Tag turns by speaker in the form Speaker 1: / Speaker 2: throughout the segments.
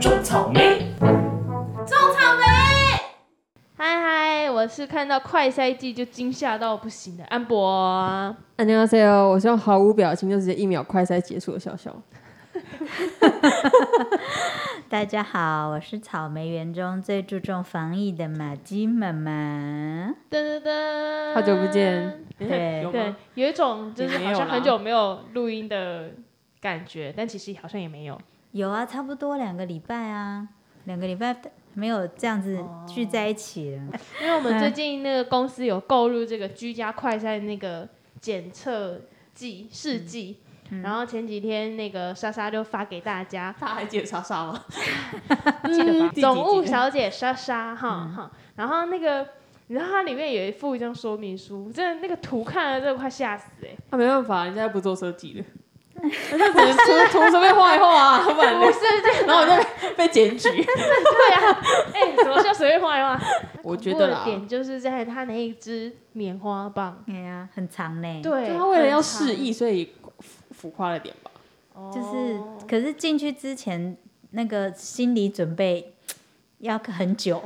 Speaker 1: 种草莓，
Speaker 2: 种草莓。嗨嗨，我是看到快筛剂就惊吓到不行的安博。
Speaker 3: 안녕하세요，我是用毫无表情就直接一秒快塞结束的笑笑。
Speaker 4: 大家好，我是草莓园中最注重防疫的马姬妈妈。
Speaker 2: 噔噔噔，
Speaker 3: 好久不见。
Speaker 4: 对
Speaker 3: 有
Speaker 2: 对
Speaker 3: 吗？，
Speaker 2: 有一种就是
Speaker 3: 也没
Speaker 2: 好
Speaker 3: 有
Speaker 2: 像
Speaker 3: 啦
Speaker 2: 很久没有录音的感觉，但其实好像也没有。
Speaker 4: 有啊，差不多两个礼拜啊，两个礼拜没有这样子聚在一起了。
Speaker 2: 因为我们最近那个公司有购入这个居家快筛那个检测剂试剂。
Speaker 3: 嗯
Speaker 2: 然后前几天那个莎莎就发给大家，
Speaker 1: 他还记得莎莎 吗？
Speaker 2: 记得吧？
Speaker 3: 嗯
Speaker 1: 第几
Speaker 2: 嗯总务
Speaker 1: 集
Speaker 2: 小姐莎莎，哈哈。然后那个，你知道它里面有一附一张说明书，真的那个图看了真的快吓死哎、
Speaker 3: 啊，没办法，人家不做设计 的，人家只能图图随便画一画啊， 不然呢
Speaker 2: 不是这
Speaker 3: 然后我就被检 举。
Speaker 2: 对啊，哎、怎么叫随便画一画？
Speaker 3: 我觉
Speaker 2: 恐
Speaker 3: 得
Speaker 2: 怖的
Speaker 3: 啦，
Speaker 2: 点就是在它那一支棉花棒，
Speaker 4: 哎呀、很长呢。，
Speaker 2: 对，
Speaker 3: 就他啊为了要
Speaker 2: 很长
Speaker 3: 示，意，所以浮浮夸了点吧。
Speaker 2: 哦
Speaker 4: 就是、可是进去之前那个心理准备要很久。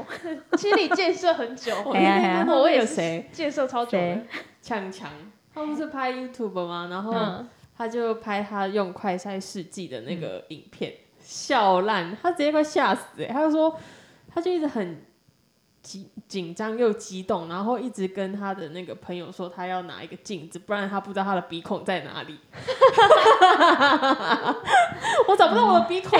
Speaker 2: 心理建设很 久，
Speaker 3: 我
Speaker 4: 哎呀哎呀
Speaker 3: 那啊我
Speaker 2: 也
Speaker 3: 有
Speaker 2: 是
Speaker 3: 谁
Speaker 2: 建设超久的
Speaker 4: 谁，
Speaker 3: 强强，他不是拍 YouTube 吗？然后
Speaker 2: 嗯，
Speaker 3: 他就拍他用快筛试剂的那个影片，笑烂，他直接快吓死、欸。他就说，他就一直很紧紧张又激动，然后一直跟他的那个朋友说，他要拿一个镜子，不然他不知道他的鼻孔在哪里。 我找不到我的鼻孔，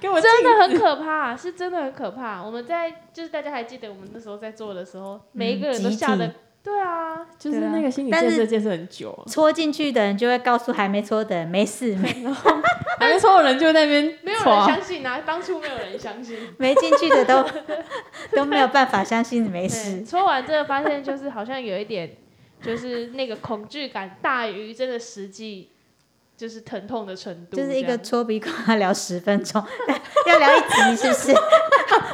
Speaker 3: 给我镜
Speaker 2: 真
Speaker 3: 子。
Speaker 2: 的很可怕，是真的很可怕。我们在就是大家还记得我们那时候在做的时
Speaker 3: 嗯
Speaker 2: 候，每一个人都
Speaker 4: 集体
Speaker 2: 吓得，对啊，
Speaker 3: 就是
Speaker 4: 对啊
Speaker 3: 那个心理
Speaker 4: 但
Speaker 3: 建
Speaker 4: 是
Speaker 3: 设建设很久、啊，
Speaker 4: 戳进去的人就会告诉还没戳的人，没事，没
Speaker 3: 还没说的人就在那边
Speaker 2: 没有人
Speaker 3: 戳
Speaker 2: 相信啊，当初没有人相信。
Speaker 4: 没进去的都 都没有办法相信没
Speaker 2: 对，
Speaker 4: 事。
Speaker 2: 搓完之后发现就是好像有一点，就是那个恐惧感大于真的实际就是疼痛的程度这
Speaker 4: 就
Speaker 2: 样，
Speaker 4: 是一个戳鼻孔要聊十分钟， 要聊一集是不 是？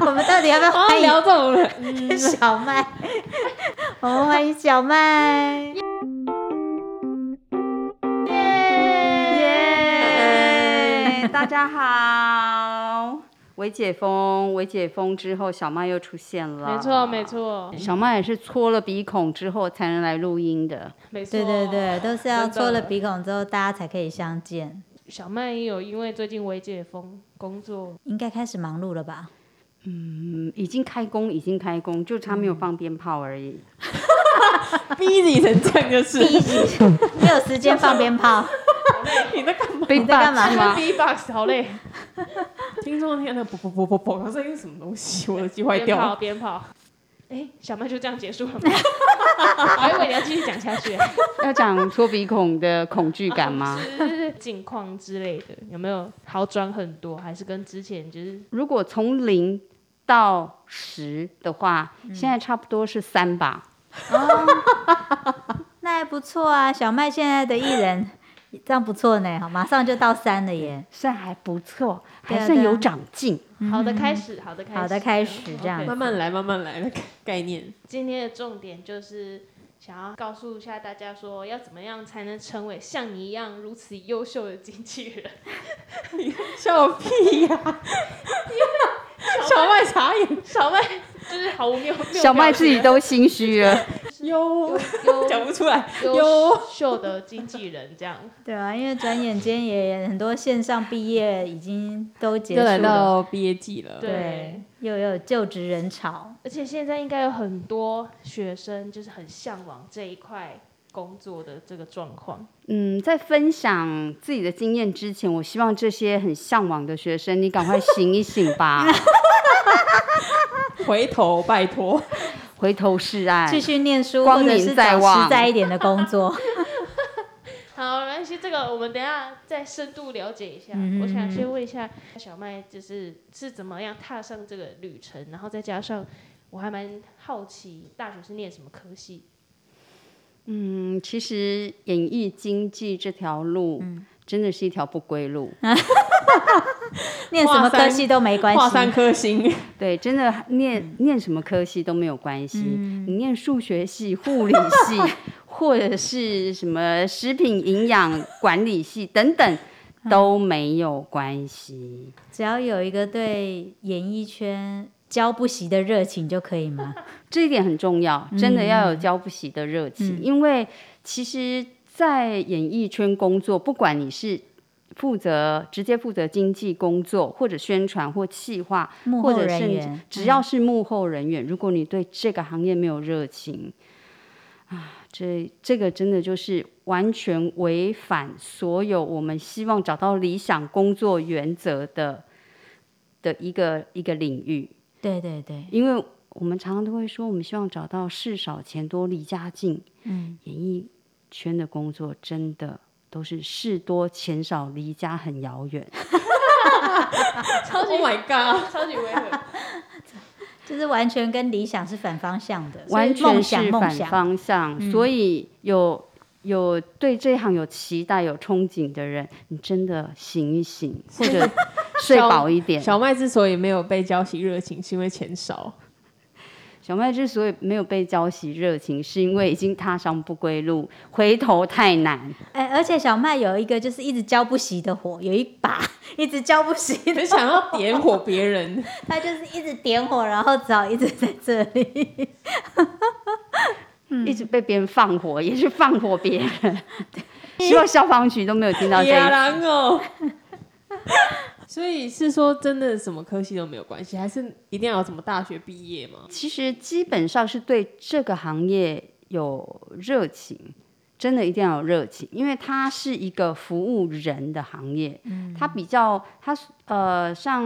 Speaker 4: 我们到底要不要
Speaker 3: 啊
Speaker 2: 哦
Speaker 4: 欢
Speaker 3: 聊这种人。
Speaker 4: 迎小麦？ 我们欢迎小麦。
Speaker 5: 耶！大家好，微解封，微解封之后，小麦又出现了。
Speaker 2: 没错没。错
Speaker 5: 小麦也是戳了鼻孔之后才能来录音的。
Speaker 2: 没错，
Speaker 4: 对对对，都是要
Speaker 2: 真的
Speaker 4: 戳了鼻孔之后，大家才可以相见。
Speaker 2: 小曼也有因为最近微解封工作，
Speaker 4: 应该开始忙碌了吧？
Speaker 5: 嗯，已经开工，已经开工，就差没有放鞭炮而已。
Speaker 3: 逼你成这样就是。
Speaker 4: 没有时间放鞭炮，
Speaker 3: 你在干嘛？
Speaker 5: 你
Speaker 4: 你在干嘛
Speaker 5: 吗？
Speaker 2: B box 好累，
Speaker 3: 听众听到啵啵啵啵啵，这是什么东西？我的机坏
Speaker 2: 边
Speaker 3: 掉
Speaker 2: 跑
Speaker 3: 了。
Speaker 2: 边跑。哎，小曼就这样结束了吗？我还以为你要继续讲下去，
Speaker 5: 要讲戳鼻孔的恐惧感吗？
Speaker 2: 就是近况之类的，有没有好转很多？还是跟之前就是
Speaker 5: 如果从零到十的话，
Speaker 2: 嗯
Speaker 5: 现在差不多是三吧。
Speaker 2: 哦
Speaker 4: 那还不错啊。小麦现在的艺人这样不错呢，好，马上就到三了耶。
Speaker 5: 算还不错，
Speaker 4: 对
Speaker 5: 还
Speaker 4: 啊
Speaker 5: 算
Speaker 4: 对啊
Speaker 5: 有长进。
Speaker 2: 好的开始，好的开始，
Speaker 4: 好的开始这样
Speaker 2: OK
Speaker 3: 慢慢来，慢慢来的概念。
Speaker 2: 今天的重点就是想要告诉一下大家，说要怎么样才能成为像你一样如此优秀的经纪人。
Speaker 3: 笑屁呀、小麦傻眼，
Speaker 2: 小麦就是毫无谬，谬
Speaker 5: 小麦自己
Speaker 2: 表
Speaker 5: 都心虚了。
Speaker 3: 哟，
Speaker 2: 情的
Speaker 3: 讲不出来，
Speaker 2: 优
Speaker 3: 优
Speaker 2: 优秀的经纪人这样。
Speaker 4: 对啊，因为转眼间也很多线上毕业已经都结
Speaker 3: 又
Speaker 4: 束
Speaker 3: 来
Speaker 4: 了，
Speaker 3: 到毕业季了。
Speaker 2: 对
Speaker 4: 对，又有就职人潮。
Speaker 2: 而且现在应该有很多学生就是很向往这一块工作的这个状况。
Speaker 5: 嗯，在分享自己的经验之前，我希望这些很向往的学生，你赶快醒一醒吧，
Speaker 3: 回头拜托，
Speaker 5: 回头是
Speaker 4: 继
Speaker 5: 岸。
Speaker 4: 续念书，
Speaker 5: 哎光
Speaker 4: 或者
Speaker 5: 年
Speaker 4: 是
Speaker 5: 在
Speaker 4: 找
Speaker 5: 望
Speaker 4: 实在一点的工 作。
Speaker 2: 好，没关系，这个我们等一下再深度了解一下。
Speaker 4: 嗯
Speaker 2: 我想先问一下小麦，就是是怎么样踏上这个旅程，然后再加上我还蛮好奇大学是念什么科系，
Speaker 5: 嗯，其实演艺经济这条路，真的是一条不归路。
Speaker 4: 念什么科系都没关
Speaker 3: 画三
Speaker 4: 系，
Speaker 3: 颗星。
Speaker 5: 对，真的念念什么科系都没有关系，你念数学系、护理系、或者是什么食品营养管理系等等都没有关系。
Speaker 4: 只要有一个对演艺圈浇不息的热情就可以吗？
Speaker 5: 这一点很重要，
Speaker 4: 嗯
Speaker 5: 真的要有浇不息的热情，因为其实，在演艺圈工作，不管你是负责直接负责经济工作，或者宣传或企划，
Speaker 4: 幕
Speaker 5: 或
Speaker 4: 后
Speaker 5: 者
Speaker 4: 人
Speaker 5: 甚至
Speaker 4: 员，嗯
Speaker 5: 只要是幕后人员，如果你对这个行业没有热情，啊，这这个真的就是完全违反所有我们希望找到理想工作原则的的一个一个领域。
Speaker 4: 对对对，
Speaker 5: 因为我们常常都会说，我们希望找到事少钱多、离家近。嗯，演艺圈的工作真的都是事多钱少，离家很遥远。
Speaker 2: 超级
Speaker 3: Oh my god！
Speaker 2: 超级违和。
Speaker 4: 就是完全跟理想是反方向的，
Speaker 5: 完
Speaker 4: 梦
Speaker 5: 全
Speaker 4: 想
Speaker 5: 是
Speaker 4: 梦
Speaker 5: 反
Speaker 4: 想。嗯
Speaker 5: 方向，所以有有对这一行有期待、有憧憬的人，你真的醒一醒，或者 睡饱一点。
Speaker 3: 小麦之所以没有被浇熄热情，是因为钱少。
Speaker 5: 小麦之所以没有被浇熄热情，是因为已经踏上不归路，回头太难。
Speaker 4: 哎，而且小麦有一个就是一直浇不熄的火，有一把 一直浇不熄的
Speaker 3: 很，想要点火别人，
Speaker 4: 他就是一直点火，然后只好一直在这里。
Speaker 5: 一直被别人放火，也是放火别 人。希望消防局都没有听到这一集。
Speaker 3: 狼 哦。所以是说，真的什么科系都没有关系，还是一定要有什么大学毕业吗？
Speaker 5: 其实基本上是对这个行业有热情，真的一定要有热情，因为它是一个服务人的行业，它比较它呃，像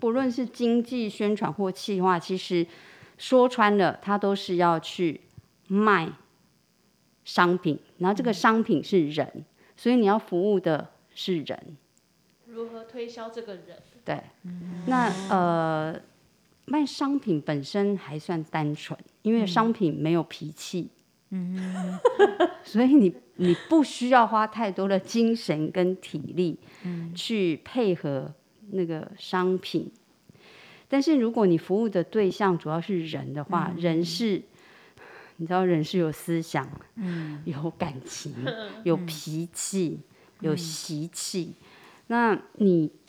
Speaker 5: 不论是经济宣传或企划，其实说穿了，它都是要去卖商品，然后这个商品是人，所以你要服务的是人。
Speaker 2: 如何推销这个人？
Speaker 5: 对，那呃，卖商品本身还算单纯，因为商品没有脾气，嗯， 所以你你不需要花太多的精神跟体力，
Speaker 4: 嗯
Speaker 5: 去配合那个商品。但是如果你服务的对象主要是人的话，
Speaker 4: 嗯
Speaker 5: 人是，你知道人是有思想，嗯，有感 情，有脾气，
Speaker 4: 嗯
Speaker 5: 有习气，那你。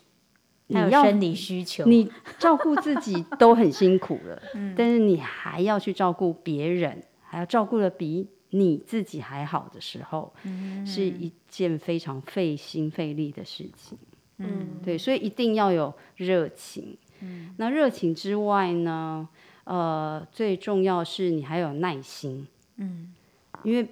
Speaker 5: 你
Speaker 4: 还有
Speaker 5: 要
Speaker 4: 生理需求，
Speaker 5: 你照顾自己都很辛苦了，但是你还要去照顾别人，还要照顾的比你自己还好的时候，是一件非常费心费力的事情。
Speaker 2: 嗯，
Speaker 5: 对，所以一定要有热情。那热情之外呢，呃，最重要是你还有耐心。嗯，因为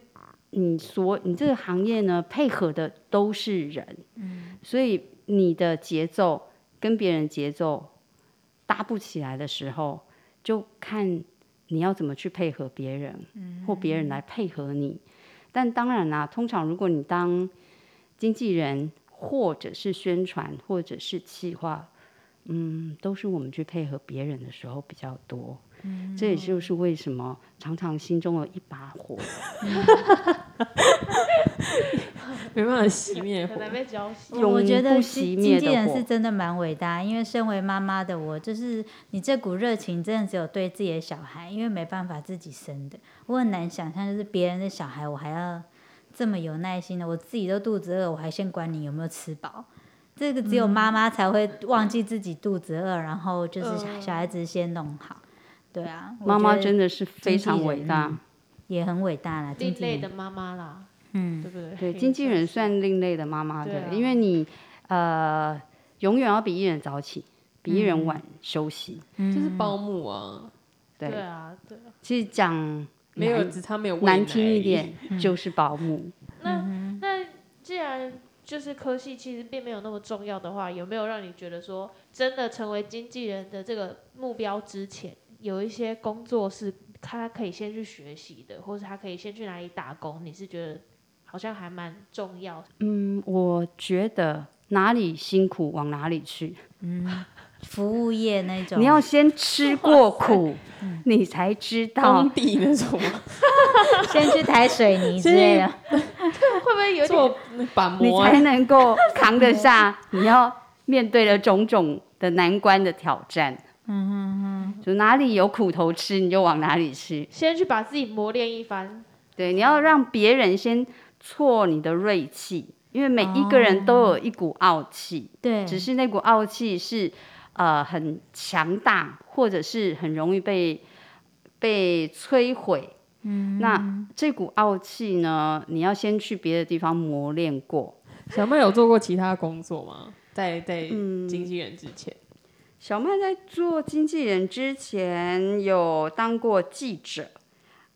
Speaker 5: 你所你这个行业呢，配合的都是人。嗯，所以你的节奏跟别人节奏搭不起来的时候，就看你要怎么去配合别人，或别人来配合你。但当然啦、通常如果你当经纪人，或者是宣传，或者是企划，嗯，都是我们去配合别人的时候比较多。
Speaker 4: 嗯
Speaker 5: 这也就是为什么常常心中有一把火，
Speaker 3: 没办法熄灭火
Speaker 2: 很。难被浇熄。
Speaker 5: 永
Speaker 4: 我觉
Speaker 5: 不
Speaker 4: 得
Speaker 5: 熄
Speaker 4: 经
Speaker 5: 灭
Speaker 4: 经纪
Speaker 5: 的
Speaker 4: 人
Speaker 5: 火
Speaker 4: 是真的蛮伟大，因为身为妈妈的我，就是你这股热情真的只有对自己的小孩，因为没办法自己生的，我很难想象就是别人的小孩，我还要这么有耐心的，我自己都肚子饿，我还先管你有没有吃饱。这个只有妈妈才会忘记自己肚子饿，然后就是小小孩子先弄好。对啊，我
Speaker 5: 妈妈
Speaker 4: 觉得
Speaker 5: 真的是非常
Speaker 4: 经纪
Speaker 5: 伟
Speaker 4: 人
Speaker 5: 大
Speaker 4: 嗯。也很伟大啦，
Speaker 2: 另
Speaker 4: 经纪
Speaker 2: 类
Speaker 4: 人
Speaker 2: 的妈妈啦，
Speaker 4: 嗯，
Speaker 2: 对不对？
Speaker 5: 对，经纪人算另类的妈妈
Speaker 2: 对
Speaker 5: 的，
Speaker 2: 啊
Speaker 5: 因为你呃，永远要比艺人早起，比艺人晚休息。
Speaker 3: 就是保姆啊，
Speaker 2: 对
Speaker 5: 对，
Speaker 2: 啊，对啊。
Speaker 5: 其实讲
Speaker 3: 没有，
Speaker 5: 难
Speaker 3: 只差没有喂
Speaker 5: 难
Speaker 3: 奶
Speaker 5: 听一
Speaker 3: 而已
Speaker 5: 点，就是保姆。
Speaker 2: 那既然就是科系其实并没有那么重要的话，有没有让你觉得说，真的成为经纪人的这个目标之前，有一些工作是他可以先去学习的，或是他可以先去哪里打工？你是觉得好像还蛮重要？
Speaker 5: 嗯，我觉得哪里辛苦往哪里去，
Speaker 4: 服务业那种，
Speaker 5: 你要先吃过苦，你才知道
Speaker 3: 工地那种啊吗，
Speaker 4: 先去抬水泥 之类的。
Speaker 2: 会不会有点
Speaker 3: 做板
Speaker 5: 哦你
Speaker 3: 模啊
Speaker 5: 才能够扛得下你要面对的种种的难关的挑战。嗯嗯嗯，就哪里有苦头吃，你就往哪里吃。
Speaker 2: 先去把自己磨练一番？
Speaker 5: 对，你要让别人先挫你的锐气，因为每一个人都有一股傲气，
Speaker 4: 对，
Speaker 5: 只是那股傲气是呃很强大，或者是很容易被被摧毁。嗯，那这股傲气呢，你要先去别的地方磨练过。
Speaker 3: 小麦有做过其他工作吗？在在
Speaker 5: 嗯
Speaker 3: 经纪人之前，，
Speaker 5: 小麦在做经纪人之前，有当过记者，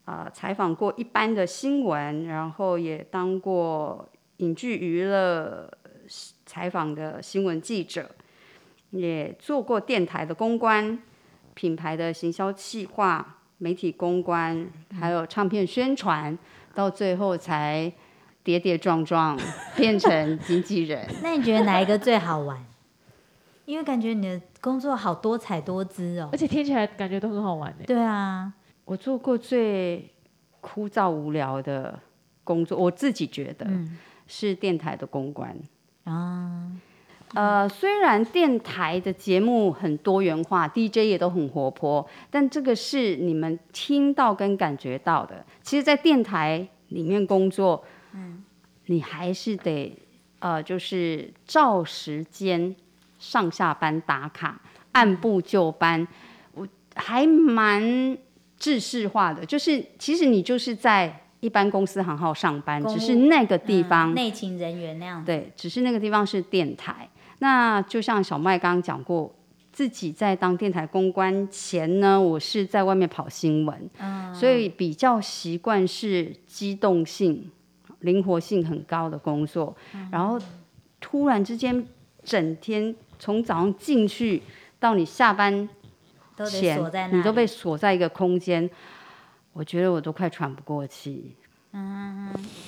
Speaker 5: 啊、采访过一般的新闻，然后也当过影剧娱乐采访的新闻记者，也做过电台的公关、品牌的行销企划、媒体公关，还有唱片宣传，到最后才跌跌撞撞变成经纪人。
Speaker 4: 那你觉得哪一个最好玩？因为感觉你的工作好多彩多姿哦
Speaker 2: 而。且听起来感觉都很好玩欸 呢。
Speaker 4: 对啊，
Speaker 5: 我做过最枯燥无聊的工作，我自己觉得、
Speaker 4: 嗯
Speaker 5: 是电台的公关。
Speaker 4: 啊，
Speaker 5: 呃，虽然电台的节目很多元化，DJ 也都很活泼，但这个是你们听到跟感觉到的。其实，在电台里面工作，
Speaker 4: 嗯
Speaker 5: 你还是得呃，就是照时间上下班打卡，
Speaker 4: 嗯
Speaker 5: 按部就班，我还蛮制式化的。就是其实你就是在一般公司行号上班，
Speaker 4: 公务
Speaker 5: 只是那个地方、
Speaker 4: 嗯内勤人员那样子。
Speaker 5: 对，只是那个地方是电台。那就像小麦刚刚讲过，自己在当电台公关前呢，我是在外面跑新闻，
Speaker 4: 嗯
Speaker 5: 所以比较习惯是机动性、灵活性很高的工作。然后突然之间，整天从早上进去到你下班
Speaker 4: 都得
Speaker 5: 前
Speaker 4: 锁在，那里，
Speaker 5: 你都被锁在一个空间，我觉得我都快喘不过气。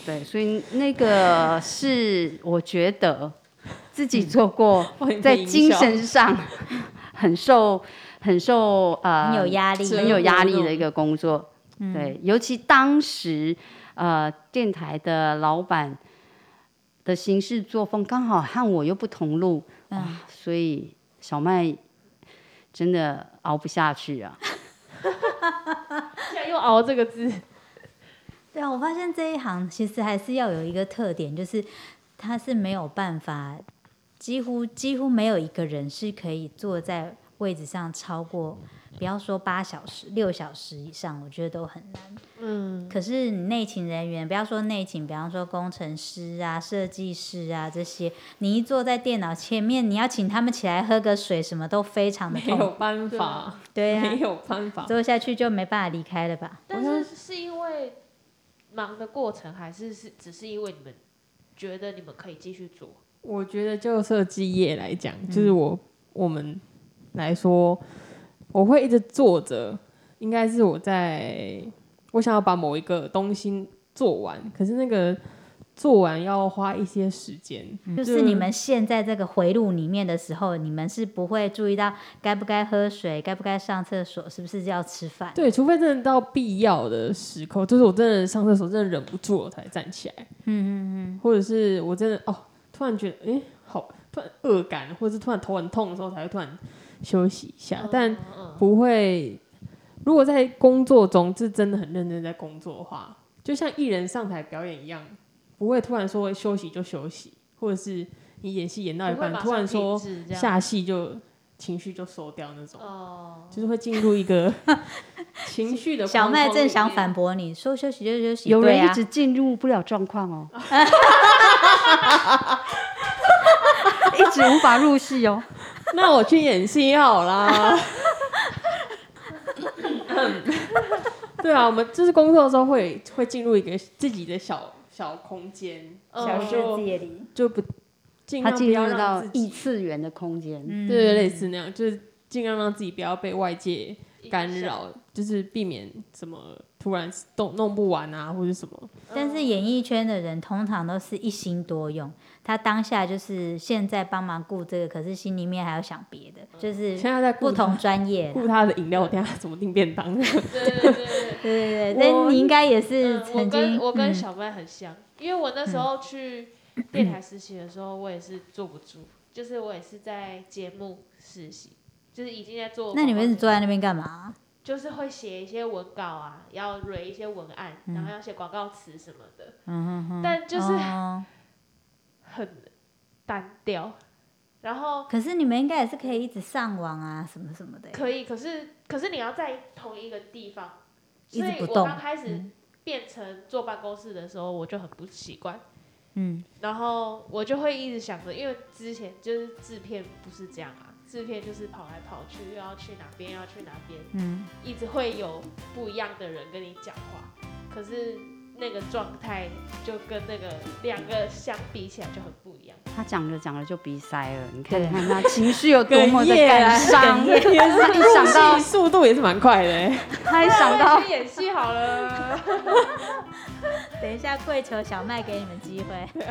Speaker 5: 对，所以那个是我觉得自己做过
Speaker 3: 哇你
Speaker 5: 在
Speaker 3: 被影
Speaker 5: 精
Speaker 3: 响
Speaker 5: 神上很受很受
Speaker 4: 很
Speaker 5: 呃
Speaker 4: 有嗯压力，
Speaker 5: 很有压力的一个工作。对，尤其当时呃电台的老板的行事作风刚好和我又不同路，
Speaker 4: 嗯
Speaker 5: 啊，所以小麦真的熬不下去啊。
Speaker 2: 竟然又熬这个字，
Speaker 4: 对啊，我发现这一行其实还是要有一个特点，就是他是没有办法，几乎几乎没有一个人是可以坐在位置上超过，不要说八小时、六小时以上，我觉得都很难。
Speaker 2: 嗯，
Speaker 4: 可是你内勤人员，不要说内勤，比方说工程师啊、设计师啊这些，你一坐在电脑前面，你要请他们起来喝个水，什么都非
Speaker 5: 啊
Speaker 4: 常的
Speaker 3: 没
Speaker 4: 痛
Speaker 3: 有
Speaker 4: 苦。
Speaker 3: 办法，
Speaker 4: 对啊
Speaker 3: 没，有办法。
Speaker 4: 坐下去就没办法离开了吧？
Speaker 2: 但是是因为忙的过程，还是是只是因为你们觉得你们可以继续做？
Speaker 3: 我觉得就设计业来讲，就是我我们来说，我会一直做着，应该是我在我想要把某一个东西做完，可是那个做完要花一些时间，
Speaker 4: 就是你们陷在这个回路里面的时候，你们是不会注意到该不该喝水、该不该上厕所、是不是要吃饭。
Speaker 3: 对，除非真的到必要的时刻，就是我真的上厕所真的忍不住了我才站起来，嗯嗯嗯，或者是我真的哦，突然觉得诶，好，突然饿感，或者是突然头很痛的时候才会突然休息一下，
Speaker 2: 嗯
Speaker 3: 但不会。如果在工作中是真的很认真在工作的话，就像艺人上台表演一样，不会突然说休息就休息，或者是你演戏演到一
Speaker 2: 不会
Speaker 3: 半
Speaker 2: 马
Speaker 3: 突然
Speaker 2: 上停
Speaker 3: 说
Speaker 2: 止这样
Speaker 3: 下戏就情绪就收掉那种。
Speaker 2: 哦，
Speaker 3: 就是会进入一个 情绪的
Speaker 4: 小麦正想反
Speaker 3: 驳，
Speaker 4: 驳你，说休息就休息，
Speaker 5: 有
Speaker 4: 对
Speaker 5: 人一
Speaker 4: 啊
Speaker 5: 直，进入不了状 况哦，一直无法入戏哦。
Speaker 3: 那我去演戏好啦。对啊，我们就是工作的时候会会进入一个自己的小小空间，
Speaker 2: 嗯
Speaker 3: 然后就
Speaker 4: 界里，
Speaker 3: 就不尽
Speaker 5: 他
Speaker 3: 量不
Speaker 5: 进
Speaker 3: 要
Speaker 5: 入
Speaker 3: 让
Speaker 5: 到
Speaker 3: 自己
Speaker 5: 异次元的空间。
Speaker 4: 嗯
Speaker 3: 对对，类似那样，就是尽量让自己不要被外界干扰，就是避免什么突然动弄不完啊，或者什么。
Speaker 4: 但是演艺圈的人通常都是一心多用，他当下就是现在帮忙顾这个，可是心里面还要想别的，就是
Speaker 3: 现在在顾
Speaker 4: 不同专业啦。
Speaker 3: 顾他的饮料，我等下怎么订便 当？
Speaker 2: 对对对对。
Speaker 4: 对对对，但你应该也是
Speaker 2: 嗯，我
Speaker 4: 曾
Speaker 2: 跟
Speaker 4: 经，
Speaker 2: 我跟
Speaker 4: 嗯
Speaker 2: 小麦很像，因为我那时候去电台实习的时候，我也是坐不住， 就是我也是在节目实习，就是已经在做。
Speaker 4: 那你们一直坐在那边干嘛？
Speaker 2: 就是会写一些文稿啊，要蕊一些文案，然后要写广告词什么的，
Speaker 4: 嗯哼哼，
Speaker 2: 但就是
Speaker 4: 哦
Speaker 2: 很单调。然后
Speaker 4: 可是你们应该也是可以一直上网啊，什么什么的耶。
Speaker 2: 可以，可是可是你要在同一个地方，
Speaker 4: 一
Speaker 2: 所
Speaker 4: 直
Speaker 2: 以
Speaker 4: 不
Speaker 2: 我
Speaker 4: 动嗯
Speaker 2: 刚开始变成坐办公室的时候，我就很不习惯。
Speaker 4: 嗯，
Speaker 2: 然后我就会一直想着，因为之前就是制片不是这样啊，制片就是跑来跑去，又要去哪边，又要去哪边，
Speaker 4: 嗯，
Speaker 2: 一直会有不一样的人跟你讲话。可是那个状态就跟那个两个相比起来就很不一样。
Speaker 5: 他讲着讲着就鼻塞了，你看
Speaker 4: 对
Speaker 5: 看他情绪有多么的感伤，
Speaker 4: 哽咽
Speaker 5: 他一想到
Speaker 3: 入戏速度也是蛮快的欸，
Speaker 5: 他一想
Speaker 2: 我
Speaker 5: 到
Speaker 2: 也去演戏好了，
Speaker 4: 等一下跪求小麦给你们机会。